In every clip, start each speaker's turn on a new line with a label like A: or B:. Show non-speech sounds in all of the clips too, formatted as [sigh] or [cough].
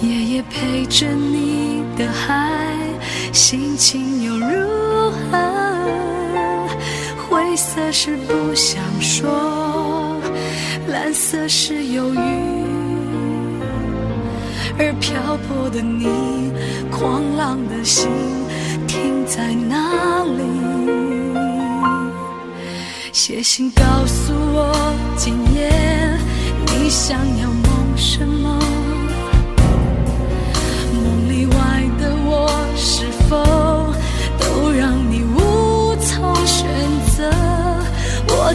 A: 夜夜陪着你的海，心情又如何？灰色是不想说，蓝色是忧郁，而漂泊的你，狂浪的心停在哪里？写信告诉我，今夜你想要梦什么？梦里外的我是否都让你无从选择？我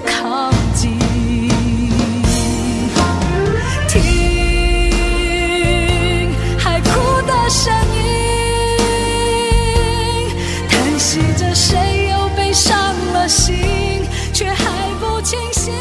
A: 靠近？听海哭的声音，叹息着谁又被伤了心，却还不清醒。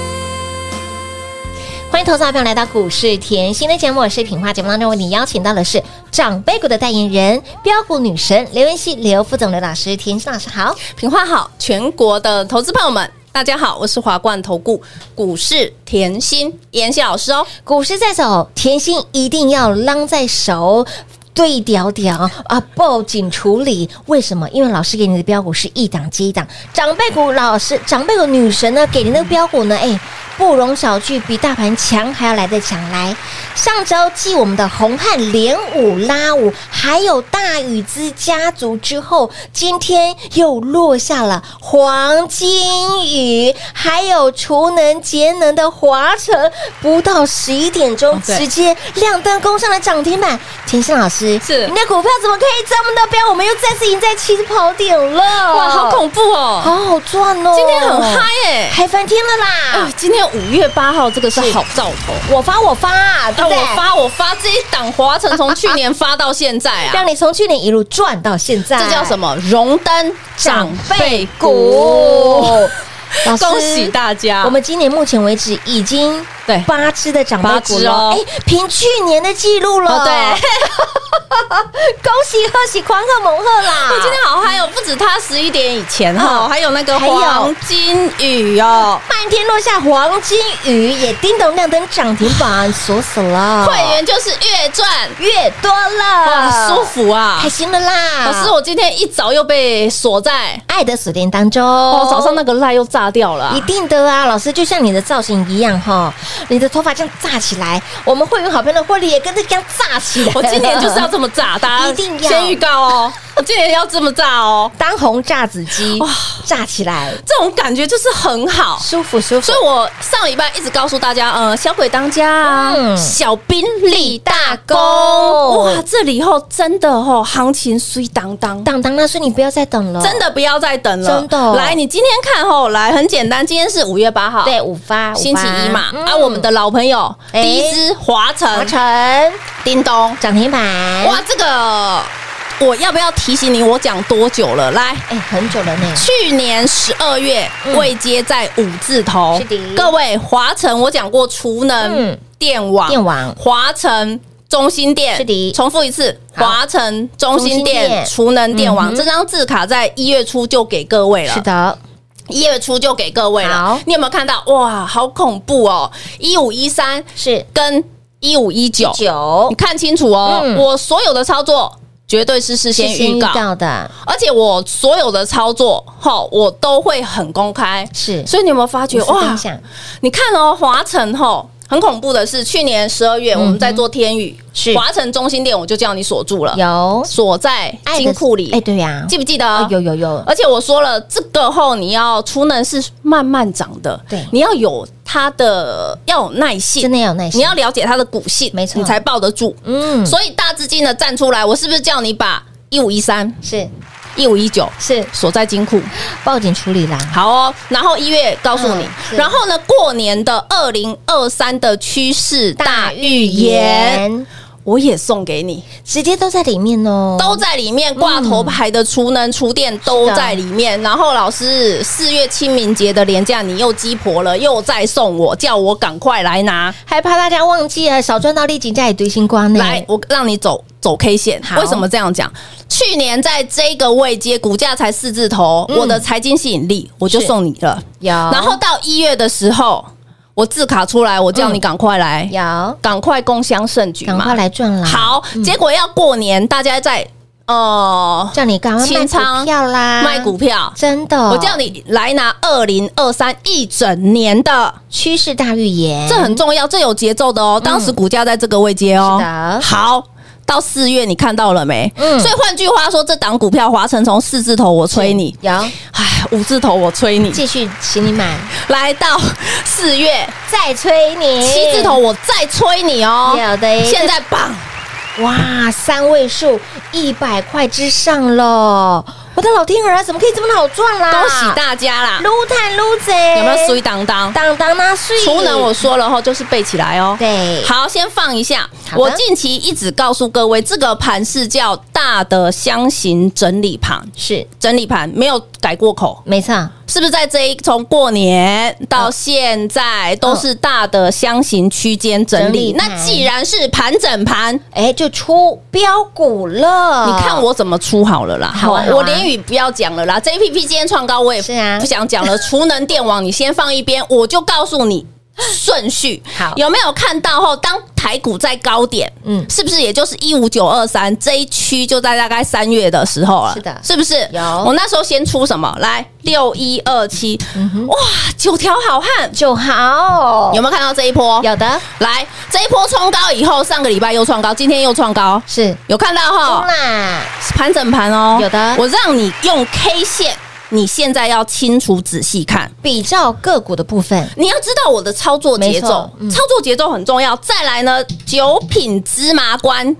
B: 欢迎投资好朋友来到股市甜心的节目，我是品花。节目当中为你邀请到的是长辈股的代言人标股女神刘文熙、刘副总、刘老师、甜心老师好。
C: 平花好，全国的投资朋友们，大家好，我是华冠投顾股市甜心妍希老师哦。
B: 股市在走，甜心一定要浪在手。对调调啊，报警处理，为什么？因为老师给你的标股是一档接一档，长辈股老师长辈股女神呢，给你那个标股呢，哎，不容小觑，比大盘强还要来得强。来，上周继我们的红汉连五拉五，还有大禹之家族之后，今天又落下了黄金雨，还有储能节能的华晨，不到十一点钟
C: 哦对
B: 直接亮灯攻上了涨停板。田心老师，
C: 是
B: 你的股票怎么可以这么的标？我们又再次赢在起跑点了，
C: 哇，好恐怖哦！
B: 好好赚哦！
C: 今天很嗨哎、
B: 嗨翻天了啦！
C: 啊，今天五月八号这个是好兆头。
B: 我发我发，对不
C: 啊，
B: 对？
C: 我发我发这一档华晨从去年发到现在啊
B: 让，你从去年一路赚到现在，
C: 这叫什？么？荣登长辈股，
B: 股。老师
C: [laughs] 恭喜大家！
B: 我们今年目前为止已经
C: 对
B: 八只的长辈股
C: 八只
B: 了，
C: 哦
B: 哎，凭去年的记录了，
C: 哦对，
B: [laughs] 恭喜贺喜狂贺猛贺啦！
C: [laughs] 我今天好嗨哦！不止他十一点以前哈，
B: 嗯
C: 哦还有那个
B: 还有
C: 黄金雨哦。
B: 漫天落下黄金雨，也叮咚亮灯涨停板，锁死了，
C: 会员就是月赚，
B: 越多
C: 哇，
B: 了，
C: 舒，服啊
B: 开！心了啦！
C: 老师，我今天一早又被锁在，
B: 爱的锁链当中，
C: 哦，早上
B: 呢，
C: 那个赖又炸掉了啊、
B: 一定的啊，老师就像你的造型一样哈，你的头发这样炸起来，我们会员好朋友的获利也跟着这样炸起来。
C: 我今年就是要这么炸，大
B: 一
C: 家
B: 定要
C: 先预告
B: [laughs]
C: 哦，我今年要这么炸哦，
B: 当红炸子鸡，炸起来，
C: 这种感觉就是很好。
B: 舒服舒服。
C: 所以我上礼拜一直告诉大家，呃，小鬼当家啊，
B: 嗯
C: 小兵立大功，
B: 功
C: 哇，这里以后真的哦，行情虽当当。
B: 当当那所以你不要再等了，
C: 真的不要再等了，
B: 真的哦
C: 来，你今天看吼，来很简单，今天是五月八号，
B: 对，五发
C: 星期一嘛，
B: 嗯
C: 啊，我们的老朋友
B: 哎
C: 第一支华晨，
B: 华晨
C: 叮咚，
B: 涨停板，
C: 哇，这个我要不要提醒你？我讲多久了？来。
B: 哎，很久了呢，
C: 去年十二月
B: 嗯
C: 未接在五字头，
B: 是的
C: 各位华晨，我讲过储能、
B: 嗯
C: 电网、
B: 电网
C: 华晨。中心店，
B: 是的
C: 重复一次，
B: 好
C: 华晨中心
B: 中心店
C: 店储能电
B: 嗯
C: 网
B: 哼
C: 这张字卡在一月初就给各位了，
B: 是的，
C: 一月初就给各位
B: 好
C: 了。你有没有看到？哇，好恐怖哦！一五一三
B: 是
C: 跟一五一九，
B: 九
C: 你看清楚哦。
B: 嗯
C: 我所有的操作绝对是事
B: 是
C: 先
B: 先
C: 预
B: 预
C: 告，
B: 告的，
C: 而且我所有的操作，哈，我都会很公开。
B: 是
C: 所以你有没有发觉
B: 无私
C: 哇
B: 分？享
C: 你看哦，华晨吼，很恐怖的是，去年十二月我们在做天宇，
B: 嗯是
C: 华城中心店，我就叫你锁住了，
B: 有
C: 锁在
B: 爱的
C: 金库里，
B: 哎，对呀，
C: 记不记得？
B: 哦有有有，
C: 而且我说了，这个后你要出能是慢慢长的，
B: 对
C: 你要有它的要有耐性，
B: 真的要有耐心
C: 你要了解它的股性，
B: 没错
C: 你才抱得住。
B: 嗯，
C: 所以大资金的站出来，我是不是叫你把一五一三、
B: 是
C: 一五一九
B: 是
C: 锁在金库？
B: 报警处理啦，
C: 好哦，然后一月告诉你
B: 嗯，是
C: 然后呢，过年的二零二三的趋势大预言，我也送给你，嗯
B: 直接都在里面哦，
C: 都在里面挂头牌的储能厨电都在里面。然后老师，四月清明节的廉价你又鸡婆了，又再送我，叫我赶快来拿，
B: 害怕大家忘记了，少赚到利己，家里堆星光呢。
C: 来，我让你走走 K 线。
B: 好
C: 为什么这样讲？去年在这个位阶，股价才四字头，
B: 嗯
C: 我的财经吸引力我就是送你了。
B: 有，
C: 然后到一月的时候，我字卡出来，我叫你赶快来，
B: 有，
C: 赶快共襄盛举
B: 嗯赶
C: 嘛
B: 快。来嗯赚啦！，
C: 好，结果要过年，大家在呃
B: 叫你赶快卖
C: 清仓
B: 股票啦，
C: 卖股，票，
B: 真的，
C: 我叫你来拿二零二三一整年的，
B: 趋势大预言，
C: 这很重要，这有节奏的哦。当时股价在这个位阶哦
B: 嗯是的，
C: 好。到四月，你看到了没？
B: 嗯
C: 所以换句话说，这档股票华晨从四字头我催你，
B: 有，
C: 哎，五字头我催你，
B: 继续请你买，
C: 来到四月
B: 再催你
C: 七字头，我再催你哦。
B: 有的，
C: 现在棒，
B: 哇，三位数一百块之上喽！我的老天儿啊，怎么可以这么好赚啦？
C: 恭喜大家啦！
B: 撸探撸贼，
C: 有没有水当当？
B: 当当那碎？
C: 除能我说了后，就是背起来哦。
B: 对，
C: 好，先放一下。
B: 好的
C: 我近期一直告诉各位，这个盘是叫大的箱型整理盘，
B: 是
C: 整理盘没有改过口，
B: 没错，
C: 是不是在这一从过年到现在都是大的箱型区间整理？
B: 整理盘
C: 那既然是盘整盘，
B: 哎，就出标股了。
C: 你看我怎么出好了啦！
B: 嗯好啊
C: 哦
B: 好啊
C: 我连语不要讲了啦。JPP 今天创高，我也
B: 是啊
C: 不想讲了。储能电网你先放一边，我就告诉你顺序。
B: 好
C: 有没有看到后，当台股在高点，
B: 嗯
C: 嗯，是不是也就是一五九二三这一区就在大概三月的时候了？
B: 是的
C: 是不是？
B: 有
C: 我那时候先出什么？来六一二七，
B: 嗯
C: 哇，九条好汉，
B: 就好，
C: 有没有看到这一波？
B: 有的
C: 来，这一波冲高以后，上个礼拜又创高，今天又创高，
B: 是
C: 有看到哈
B: 中？啦，
C: 盘整盘哦，
B: 有的
C: 我让你用 K 线，你现在要清楚仔细看，
B: 比照个股的部分，
C: 你要知道我的操作节
B: 没
C: 奏
B: 错，嗯
C: 操作节奏很重要。再来呢，九品芝麻官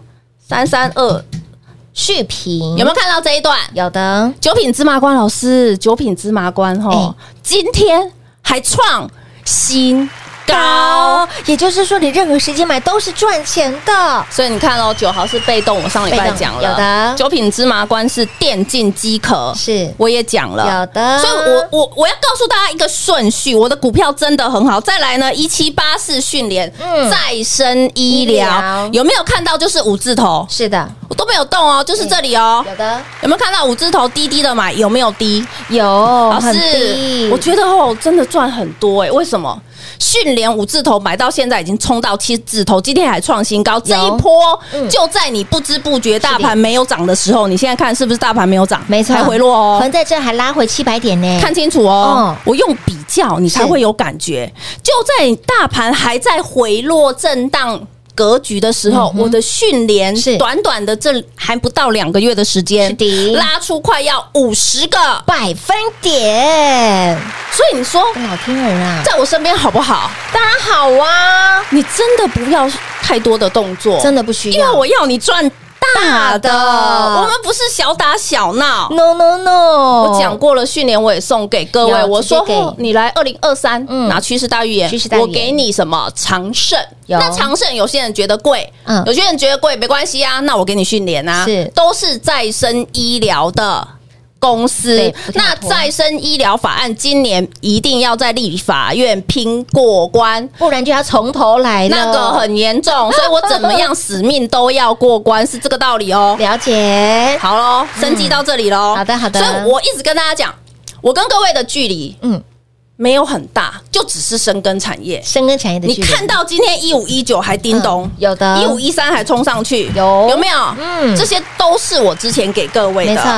C: 三三二，
B: 嗯续评
C: 有没有看到这一段？
B: 有的
C: 九品芝麻官老师，九品芝麻官
B: 哎
C: 吼，今天还创新高。，
B: 也就是说你任何时间买都是赚钱的，
C: 所以你看哦，九豪是被动，我上礼
B: 被
C: 拜
B: 动
C: 讲了，
B: 有的
C: 九品芝麻官是电竞机壳，
B: 是
C: 我也讲了，
B: 有的
C: 所以我我我要告诉大家一个顺序，我的股票真的很好。再来呢，一七八四训练，
B: 嗯
C: 再生医
B: 医
C: 疗
B: 疗
C: 有没有看到？就是五字头，
B: 是的，
C: 我都没有动哦，就是这里哦。
B: 有的
C: 有没有看到五字头滴滴的买？有没有低？
B: 有，
C: 老
B: 哦很
C: 师
B: 低，
C: 我觉得哦，真的赚很多哎、为什么？训练五字头买到现在已经冲到七字头，今天还创新高，这一波
B: 嗯
C: 就在你不知不觉大盘没有涨的时候，你现在看是不是大盘没有涨？
B: 没错，
C: 还回落哦，
B: 横在这还拉回七百点呢，
C: 看清楚哦
B: 嗯，
C: 我用比较你才
B: 是
C: 会有感觉。就在你大盘还在回落震荡。格局的时候，我的训练
B: 是
C: 短短的这还不到两个月的时间
B: 是的，
C: 拉出快要五十个，
B: 百分点，
C: 所以你说
B: 老天儿啊，
C: 在我身边好不好？
B: 当然好啊，
C: 你真的不要太多的动作，
B: 真的不需
C: 因为
B: 要，
C: 我要你赚大
B: 大
C: 的，
B: 的
C: 我们不是小打小闹。
B: no no no，
C: 我讲过了，去年我也送给各位，
B: 有
C: 我说
B: 哦直接给
C: 哦你来二零二三
B: 嗯
C: 拿趋势大预言
B: 趋势大预，言
C: 我给你什么长盛？
B: 有
C: 那长盛有些人觉得贵，
B: 嗯
C: 有些人觉得贵没关系啊，那我给你训练啊，
B: 是
C: 都是再生医疗的。公司
B: 对不跳
C: 那
B: 脱
C: 再生医疗法案今年一定要在立法院拼过关，
B: 不然就要从头来了，
C: 那个很严重，所以我怎么样死命都要过关，是这个道理哦。
B: 了解，
C: 好喽，升级到这里喽、
B: 嗯好的好的
C: 所以我一直跟大家讲，我跟各位的距离
B: 嗯，
C: 没有很大，就只是深耕产业。
B: 深耕产业的
C: 你
B: 距离，
C: 看到今天一五一九还叮咚
B: 嗯，有的
C: 一五一三还冲上去，
B: 有
C: 有没有？
B: 嗯
C: 这些都是我之前给各位
B: 没
C: 的。
B: 错，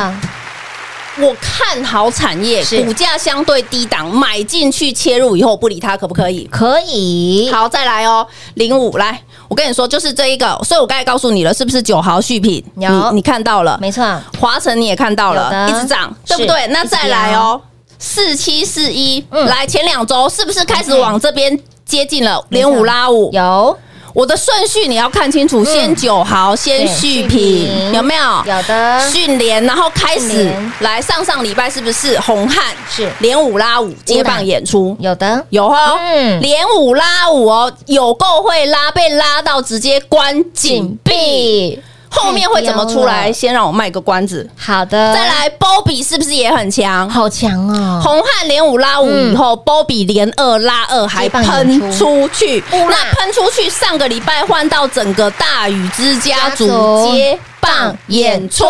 C: 我看好产业，
B: 是
C: 股价相对低档，买进去切入以后不理它，可不可以？
B: 可以，
C: 好，再来哦，零五来，我跟你说，就是这一个，所以我刚才告诉你了，是不是九毫续品？
B: 有
C: 你你看到了，
B: 没错，
C: 华晨你也看
B: 有
C: 到
B: 的
C: 了，一直涨，
B: 是
C: 对不对？那
B: 一直
C: 再来哦，四七四一，
B: 嗯
C: 来前两周是不是开始
B: 嗯
C: 往这边接近了？
B: 没
C: 连
B: 错
C: 五拉五，
B: 嗯有
C: 我的顺序你要看清楚，先九毫，先
B: 对
C: 续
B: 续品
C: 品，有没有？
B: 有的
C: 训练，然后开
B: 训
C: 始
B: 练
C: 来上上礼拜是不是红汉
B: 是
C: 连五拉五接棒演出？
B: 有的，
C: 有哦，
B: 嗯
C: 连五拉五哦，有够会拉，被拉到直接关紧闭，后面会怎么出
B: 太彪
C: 来？
B: 了
C: 先让我卖个关子，
B: 好的，
C: 再来波比是不是也很强？
B: 呃好嗯强哦，
C: 红汉连五拉五以后，波比连二拉二还喷出去，
B: 棒演出
C: 那喷出去上个礼拜换到整个大禹之
B: 家
C: 家
B: 族
C: 族接棒演出
B: 演出，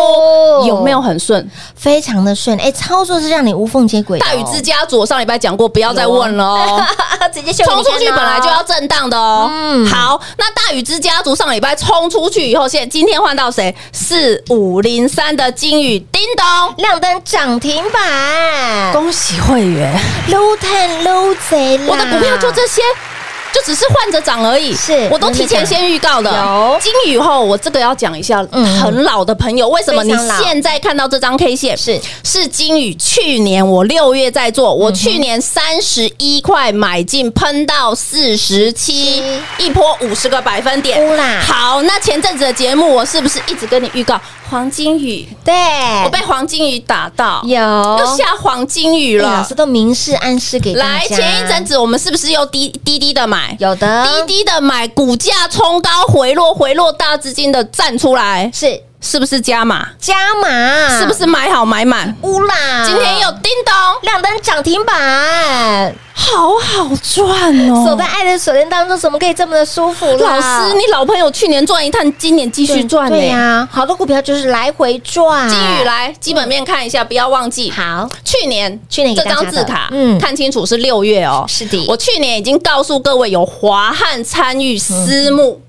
C: 有没有很顺？
B: 非常的顺，哎，操作是让你无缝接轨的哦，
C: 大禹之家族我上礼拜讲过，不要再问了
B: [laughs]
C: 哦。
B: 直接秀给你
C: 冲出去
B: 看
C: 本
B: 哦
C: 来就要震荡的哦。
B: 嗯
C: 好，那大禹之家族上礼拜冲出去以后，现在今天换到谁？四五零三的金宇，叮咚，
B: 亮灯涨停板，
C: 恭喜会员，
B: 撸探撸贼啦，
C: 我的股票就这些。就只是换着涨而已，
B: 是
C: 我都提前先预告的。
B: 有
C: 金宇后，我这个要讲一下，
B: 嗯
C: 很老的朋友，为什么
B: 非
C: 你
B: 常老
C: 现在看到这张 K 线
B: 是嗯
C: 是金宇去年我六月在做，我去年三十一块买进，喷到四十七
B: 是，
C: 一波五十个百分点
B: 乌啦。
C: 好，那前阵子的节目，我是不是一直跟你预告黄金宇？
B: 对，
C: 我被黄金宇打到，
B: 有
C: 又下黄金宇
B: 哎老
C: 了
B: 师。都明示暗示给大
C: 来，
B: 家
C: 前一阵子我们是不是又低低低的买？
B: 有的
C: 低低的买，股价冲高回落，回落大资金的站出来，
B: 是
C: 是不是加码？
B: 加码，
C: 是不是买好买满？
B: 乌啦？
C: 今天又叮咚，
B: 亮灯涨停板，
C: 好好赚哦
B: 走在爱的锁链当中，怎么可以这么的舒服啦？
C: 老师，你老朋友去年赚一趟，今年继续赚呢、
B: 对呀，好多股票就是来回赚。
C: 金宇来基本面看一下，不要忘记。
B: 好，
C: 去年，
B: 去年给
C: 这
B: 大家
C: 张
B: 的
C: 字卡，
B: 嗯
C: 嗯，看清楚是六月哦。
B: 是的
C: 我去年已经告诉各位，有华汉参与私募，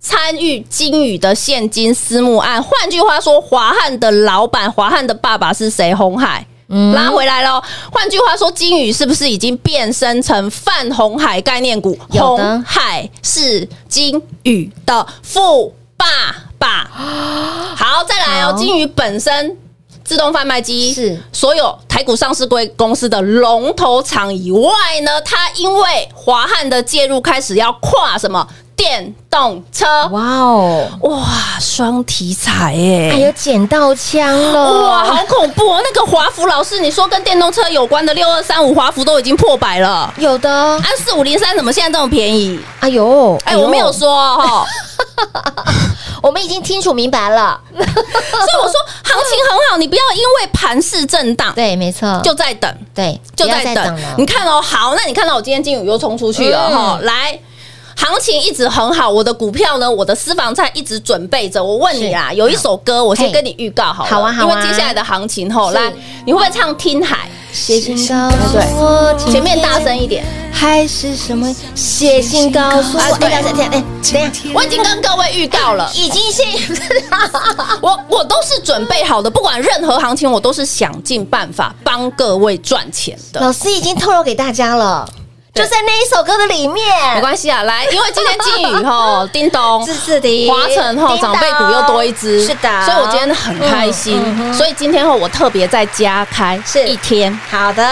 C: 参与金宇的现金私募案。换句话说，华汉的老板，华汉的爸爸是谁？红海。
B: 嗯
C: 拉回来喽。换句话说，金宇是不是已经变身成泛红海概念股？
B: 有的
C: 红海是金宇的富爸爸。好，再来
B: 好，
C: 哦金宇本身。自动贩卖机
B: 是
C: 所有台股上市规公司的龙头厂以外呢，它因为华汉的介入，开始要跨什么电动车？
B: 哇哦，
C: 哇，双题材耶！
B: 还有捡到枪了，
C: 哎哇，好恐怖哦！那个华孚老师，你说跟电动车有关的六二三五华孚都已经破百了，
B: 有的，
C: 按四五零三怎么现在这么便宜？
B: 哎呦，
C: 哎，
B: 呦
C: 我没有，
B: [laughs]
C: 说哦，
B: 我们已经清楚明白了，
C: 所以我说行情很好，你不要因为盘势震荡
B: 对，没错，
C: 就在等，
B: 对，
C: 就
B: 不要再
C: 在等
B: 了。
C: 你看哦，好，那你看到我今天金宇又冲出去了
B: 嗯
C: 哈、来。行情一直很好，我的股票呢，我的私房菜一直准备着。我问你啦，有一首歌，我先
B: 嘿
C: 跟你预告好了，
B: 好啊好啊
C: 因为接下来的行情后，
B: 是
C: 来你会不会唱《听海》？
B: 写信告诉我，今
C: 前
B: 天
C: 面大声一点。
B: 还是什么？写信告诉我，
C: 啊
B: 哎，
C: 对
B: 等一下，等一下，哎，等一下，
C: 我已经跟各位预告了，
B: 已经是
C: 我我都是准备好的，不管任何行情，我都是想尽办法帮各位赚钱的。
B: 老师已经透露给大家了，就
C: 对
B: 在那一首歌的里
C: 没
B: 面，
C: 关系啊，来，因为今天金
B: [laughs]
C: 宇吼，叮咚，
B: 是是的，
C: 华晨吼，
B: 叮当
C: 长辈股又多一只，
B: 是的，
C: 所以我今天很开心
B: 嗯嗯，哼
C: 所以今天后我特别再加开
B: 是
C: 一天，
B: 好的。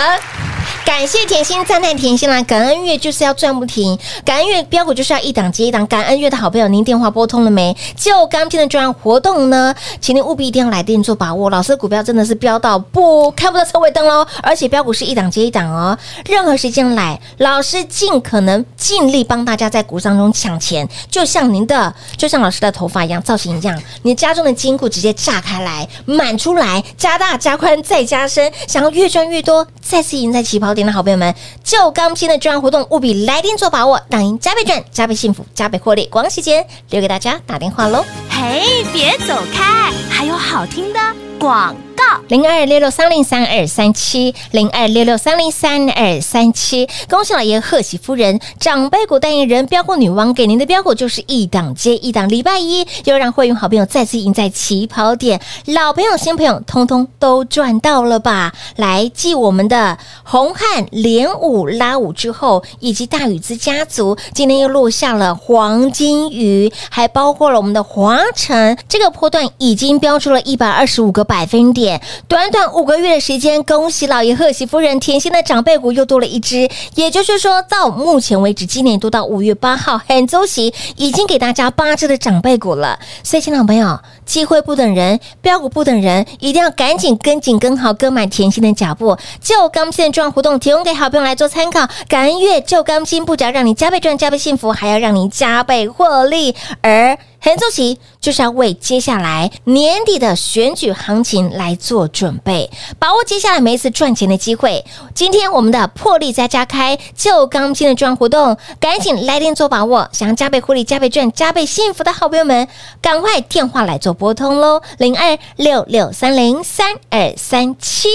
B: 感谢甜心，赞叹甜心啦！感恩月就是要赚不停，感恩月标股就是要一档接一档。感恩月的好朋友，您电话拨通了没？就刚天的专案活动呢，请您务必一定要来电做把握。老师的股票真的是飙到不看不到车尾灯喽，而且标股是一档接一档哦。任何时间来，老师尽可能尽力帮大家在股市当中抢钱，就像您的，就像老师的头发一样，造型一样，你家中的金库直接炸开来，满出来，加大、加宽、再加深，想要越赚越多，再次赢在起跑点的好朋友们，就刚新的专案活动，务必来电做把握，让您加倍赚、加倍幸福、加倍获利。光时间留给大家打电话喽。
D: 嘿，别走开，还有好听的广告。
E: 号。
B: 零二六六三零三二三七，零二六六三零三二三七。恭喜老爷贺喜夫人，长辈股代言人标股女王给您的标股就是一档接一档。礼拜一又让会员好朋友再次赢在起跑点，老朋友新朋友通通都赚到了吧？来继我们的红汉连五拉五之后，以及大禹之家族，今天又落下了黄金鱼，还包括了我们的华晨，这个波段已经标出了一百二十五个百分点，短短五个月的时间，恭喜老爷贺喜夫人，甜心的长辈股又多了一只，也就是说到目前为止，今年度到五月八号，很周喜已经给大家八只的长辈股了，所以，亲爱的朋友，机会不等人，标股不等人，一定要赶紧跟紧、跟好、跟满甜心的脚步。就刚性赚活动提供给好朋友来做参考，感恩月就刚性不只要让你加倍赚、加倍幸福，还要让你加倍获利。而很周期就是要为接下来年底的选举行情来做准备，把握接下来每一次赚钱的机会。今天我们的破例再加开，就刚性的赚活动，赶紧来电做把握。想要加倍获利、加倍赚、加倍幸福的好朋友们，赶快电话来做拨通喽，零二六六三零三二三七。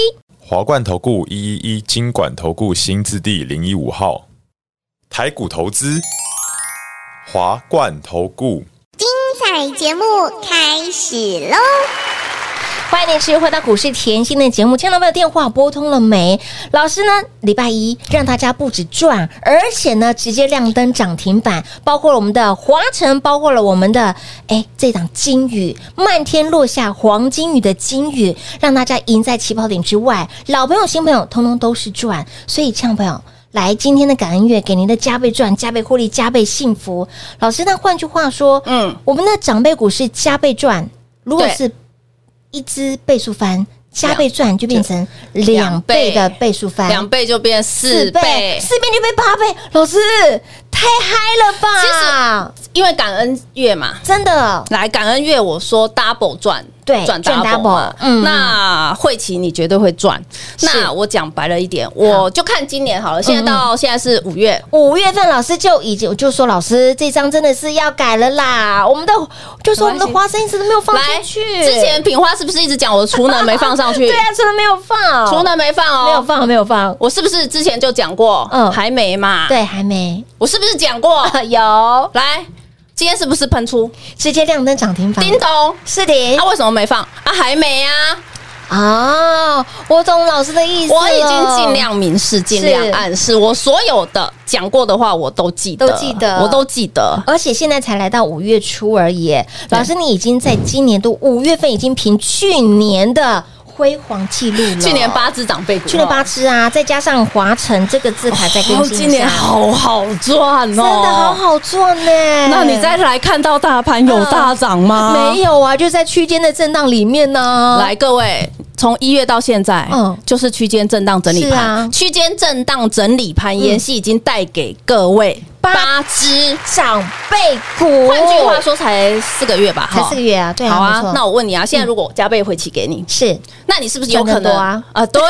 F: 华冠投顾一一一金管投顾新字第零一五号，台股投资，华冠投顾。
D: 彩节目开始喽！
B: 欢迎您持续回到股市甜心的节目，千万不要电话拨通了没？老师呢？礼拜一让大家不止赚，而且呢，直接亮灯涨停板，包括了我们的华晨，包括了我们的哎这档金宇，漫天落下黄金雨的金宇，让大家赢在起跑点之外，老朋友、新朋友通通都是赚。所以，亲爱的朋友。来，今天的感恩月给您的加倍赚、加倍获利、加倍幸福。老师，那换句话说，
C: 嗯，
B: 我们的长辈股是加倍赚，如果
C: 对
B: 是一只倍数翻，加倍赚就变成两倍的倍数翻，
C: 两倍就变四倍。
B: 四倍就变八倍。老师太嗨了吧！其实
C: 因为感恩月嘛，
B: 真的
C: 来感恩月，我说 double 赚，
B: 对
C: 赚
B: 赚
C: double 嘛
B: double，嗯
C: 那慧琪你绝对会赚。那我讲白了一点，我就看今年好了，现在
B: 嗯
C: 到现在是五月，
B: 五月份老师就已经我就说老师这张真的是要改了啦，我们的就说我们的
C: 没
B: 花生一直都没有放
C: 来
B: 进去，
C: 之前品花是不是一直讲我的储能没放上去？
B: 对啊，真的没有放，
C: 储能没放哦，
B: 没有。放，没有放，
C: 我是不是之前就讲过？
B: 嗯
C: 嗯，还没嘛。，
B: 对，还没
C: 我是不是讲过？
B: [laughs] 有
C: 来，今天是不是喷出？
B: 直接亮灯涨停板，
C: 叮咚，
B: 是的
C: 他为什么没放？啊，还没啊。
B: 哦，我懂老师的意思了，
C: 我已经尽量明示，尽量暗示，我所有的讲过的话我都记得，
B: 都记得
C: 我都记得。
B: 而且现在才来到五月初而已，老师，你已经在今年度五月份已经凭去年的辉煌记录了。
C: 去年，八只长辈股，
B: 去年八只啊，再加上华晨这个字卡再更
C: 哦，
B: 新一下
C: 今年好好赚哦，
B: 真的好。好赚呢、
C: 那你再来看到大盘有大涨吗？
B: 没有啊？就在区间的震荡里面呢。
C: 来，各位，从一月到现在，
B: 嗯
C: 嗯，就是区间震荡整理
B: 是啊
C: 盘，区间震荡整理盘，妍希已经带给各位
B: 八
C: 八只，
B: 长辈股，
C: 换句话说，才四个月吧，
B: 才
C: 哈
B: 四个月啊，对啊，
C: 好
B: 没
C: 啊
B: 错，
C: 那我问你啊，现在如果我加倍回期给你，
B: 是
C: 那你是不是有可
B: 赚得
C: 能
B: 多啊
C: 对，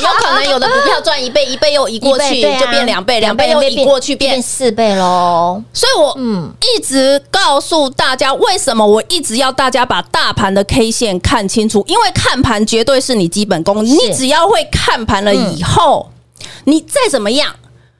C: 有可能有的股票赚一倍，一倍又移过去，
B: 一倍对啊
C: 就变两倍，两倍又移过去
B: 变
C: 变。
B: 四倍喽。
C: 所以我
B: 嗯
C: 一直告诉大家，为什么我一直要大家把大盘的 K 线看清楚，因为看盘绝对是你基本功。你只要会看盘了以后，你再怎么样，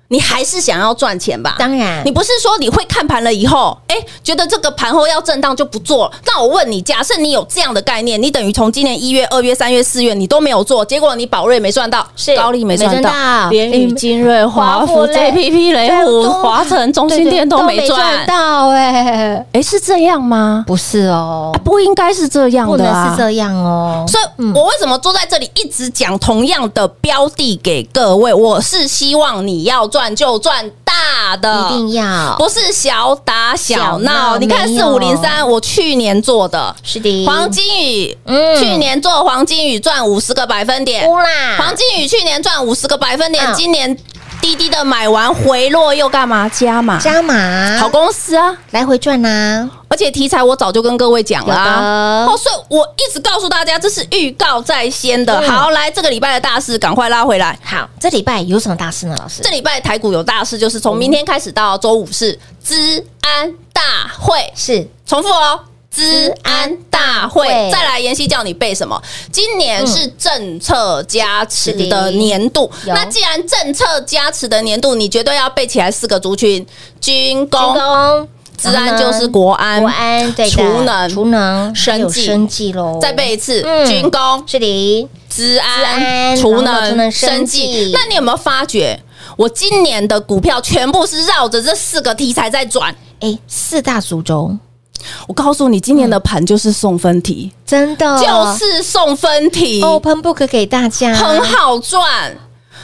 C: 你还是想要赚钱吧？
B: 当然
C: 你不是说你会看盘了以后，哎、觉得这个盘后要震荡就不做了？那我问你，假设你有这样的概念，你等于从今年一月、二月、三月、四月你都没有做，结果你宝瑞没赚到，
B: 是
C: 高利没赚
B: 没赚到
C: 到，联宇、金瑞、华
B: 华
C: 孚、
B: 孚嘞
C: JPP、雷
B: 对
C: 虎、
B: 都
C: 哎华晨、中心店都没赚。
B: 到哎、
C: 哎、是这样吗？
B: 不是哦
C: 啊，不应该是这样
B: 不
C: 的
B: 能
C: 啊嗯
B: 是。这样哦。
C: 所以，我为什么坐在这里一直讲同样的标的给各位？我是希望你要赚就赚大的，
B: 一定要
C: 不是小打小
B: 小闹
C: 闹。你看
B: 没
C: 四
B: 有
C: 五零三，我去年做的
B: 是的，
C: 黄金雨，
B: 嗯
C: 去年做黄金雨赚五十个百分点，
B: 乌啦，
C: 黄金雨去年赚五十个百分点
B: 嗯，
C: 今年滴滴的买完回落又干嘛加码？
B: 加码
C: 好公司啊！
B: 来回赚呐、啊，
C: 而且题材我早就跟各位讲了、啊，
B: 有的
C: 哦，所以我一直告诉大家，这是预告在先的。
B: 嗯
C: 好，来这个礼拜的大事，赶快拉回来。
B: 好，这礼拜有什么大事呢？老师
C: 这，礼拜台股有大事，就是从明天开始到周五是资安大会，
B: 是
C: 重复哦，资安大会
B: 对。
C: 再来，妍希叫你背什么？今年是政策加持
B: 是的
C: 嗯的年度。
B: 有
C: 那既然政策加持的年度，你绝对要背起来四个族群：军工、
B: 工，
C: 治安就是国安，
B: 国安，对的，
C: 储能
B: 储能，
C: 生
B: 还有
C: 计
B: 生计喽，
C: 再背一次：
B: 嗯
C: 军工、
B: 是的，
C: 治
B: 治安
C: 安、
B: 然后储
C: 储能、
B: 能生
C: 生
B: 技
C: 计。那你有没有发觉，我今年的股票全部是绕着这四个题材在转？
B: 哎，四大族中
C: 我告诉你，今年的盘就是送分题，
B: 真的
C: 嗯就是送分题，
B: open book 给大家，
C: 很，好赚。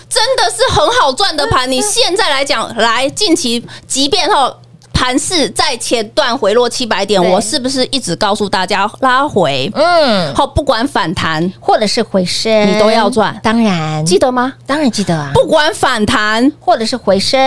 C: 真的是很好赚的盘，你现在来讲，来近期即便后盘势在前段回落七百点，
B: 对
C: 我是不是一直告诉大家拉回？
B: 嗯，
C: 后不管反弹，
B: 或者是回升，
C: 你都要赚
B: 当然
C: 记，得吗？
B: 当然记得啊，
C: 不管反弹，
B: 或者是回升，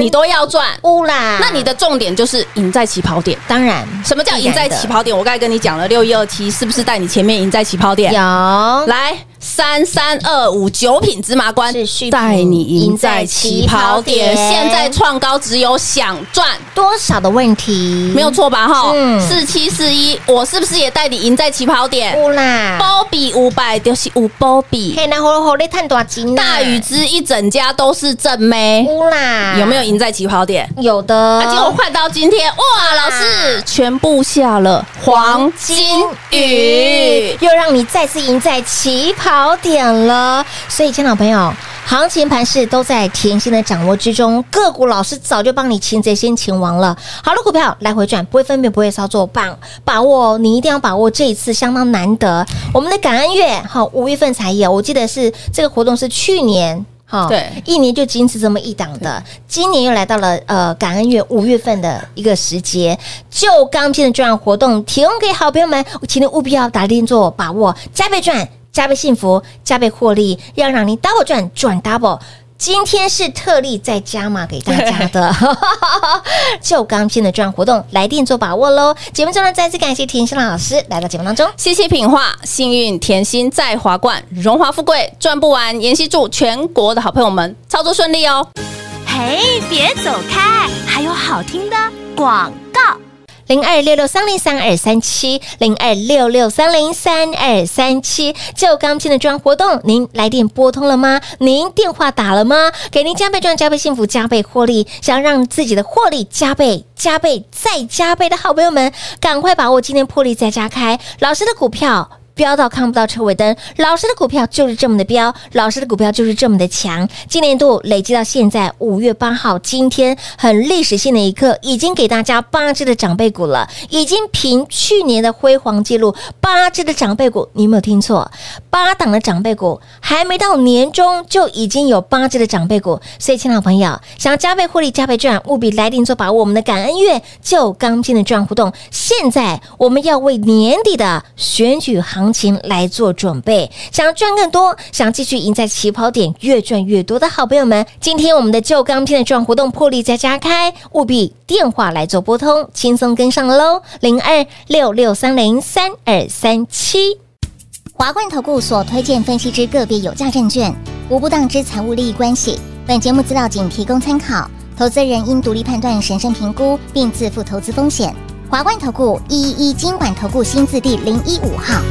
C: 你都要赚。
B: 乌啦，
C: 那你的重点就是赢在起跑点。
B: 当然
C: 什么叫赢在起跑点？我刚才跟你讲了，六一二七是不是带你前面赢在起跑点？
B: 有
C: 啊来三三二五九品芝麻官
B: 是续品
C: 带你赢在起跑点，
B: 赢在起跑点
C: 现在创高只有想赚，
B: 多少的问题？
C: 没有错吧？哈
B: 嗯，
C: 四七四一，我是不是也带你赢在起跑点？
B: 乌啦，
C: 波比五百就是五波比，
B: 嘿，那火火力探多金呐，
C: 大禹之一整家都是正妹，
B: 乌啦，
C: 有没有赢在起跑点？
B: 有的，
C: 啊，结果换到今天，哇，老师全部下了黄金雨。
B: 又让你再次赢在起跑点了。所以，亲老朋友，行情盘势都在甜心的掌握之中，个股老师早就帮你擒贼先擒王了。好的股票来回转，不会分辨，不会操作，棒把握哦！你一定要把握这一次，相当难得。我们的感恩月，好，五月份才有，我记得是这个活动是去年。好，
C: 对
B: 一年就仅此这么一档的，今年又来到了呃感恩月五月份的一个时节，就钢片的专案活动提供给好朋友们，请你务必要打定做把握，加倍赚，加倍幸福，加倍获利，要让你 double 赚，赚 double。今天是特例再加码给大家的， [laughs] 就钢片的专案活动，来电做把握喽！节目中呢，再次感谢田心老师来到节目当中。
C: 谢谢品画，幸运甜心在华冠，荣华富贵赚不完。妍希祝全国的好朋友们操作顺利哦！
E: 嘿，别走开，还有好听的广告。
B: 零二六六三零三二三七，零二六六三零三二三七。就刚进的专案活动，您来电拨通了吗？您电话打了吗？给您加倍赚、加倍幸福、加倍获利，想让自己的获利加倍、加倍再加倍的好朋友们，赶快把握今天破例再加开，老师的股票。飙到看不到车尾灯，老师的股票就是这么的飙，老师的股票就是这么的强。今年度累积到现在五月八号，今天很历史性的一刻，已经给大家八只的长辈股了，已经凭去年的辉煌记录，八只的长辈股，你有没有听错？八档的长辈股还没到年终就已经有八只的长辈股，所以亲爱的朋友，想要加倍获利、加倍赚，务必来电做把握我们的感恩月就刚进的赚互动。现在我们要为年底的选举行情来做准备，想赚更多，想继续赢在起跑点，越赚越多的好朋友们，今天我们的旧钢片的赚活动破例再加开，务必电话来做拨通，轻松跟上喽，零二六六三零三二三七。
D: 华冠投顾所推荐分析之个别有价证券，无不当之财务利益关系。本节目资料仅提供参考，投资人应独立判断、审慎评估，并自负投资风险。华冠投顾一一一金管投顾新字第零一五号。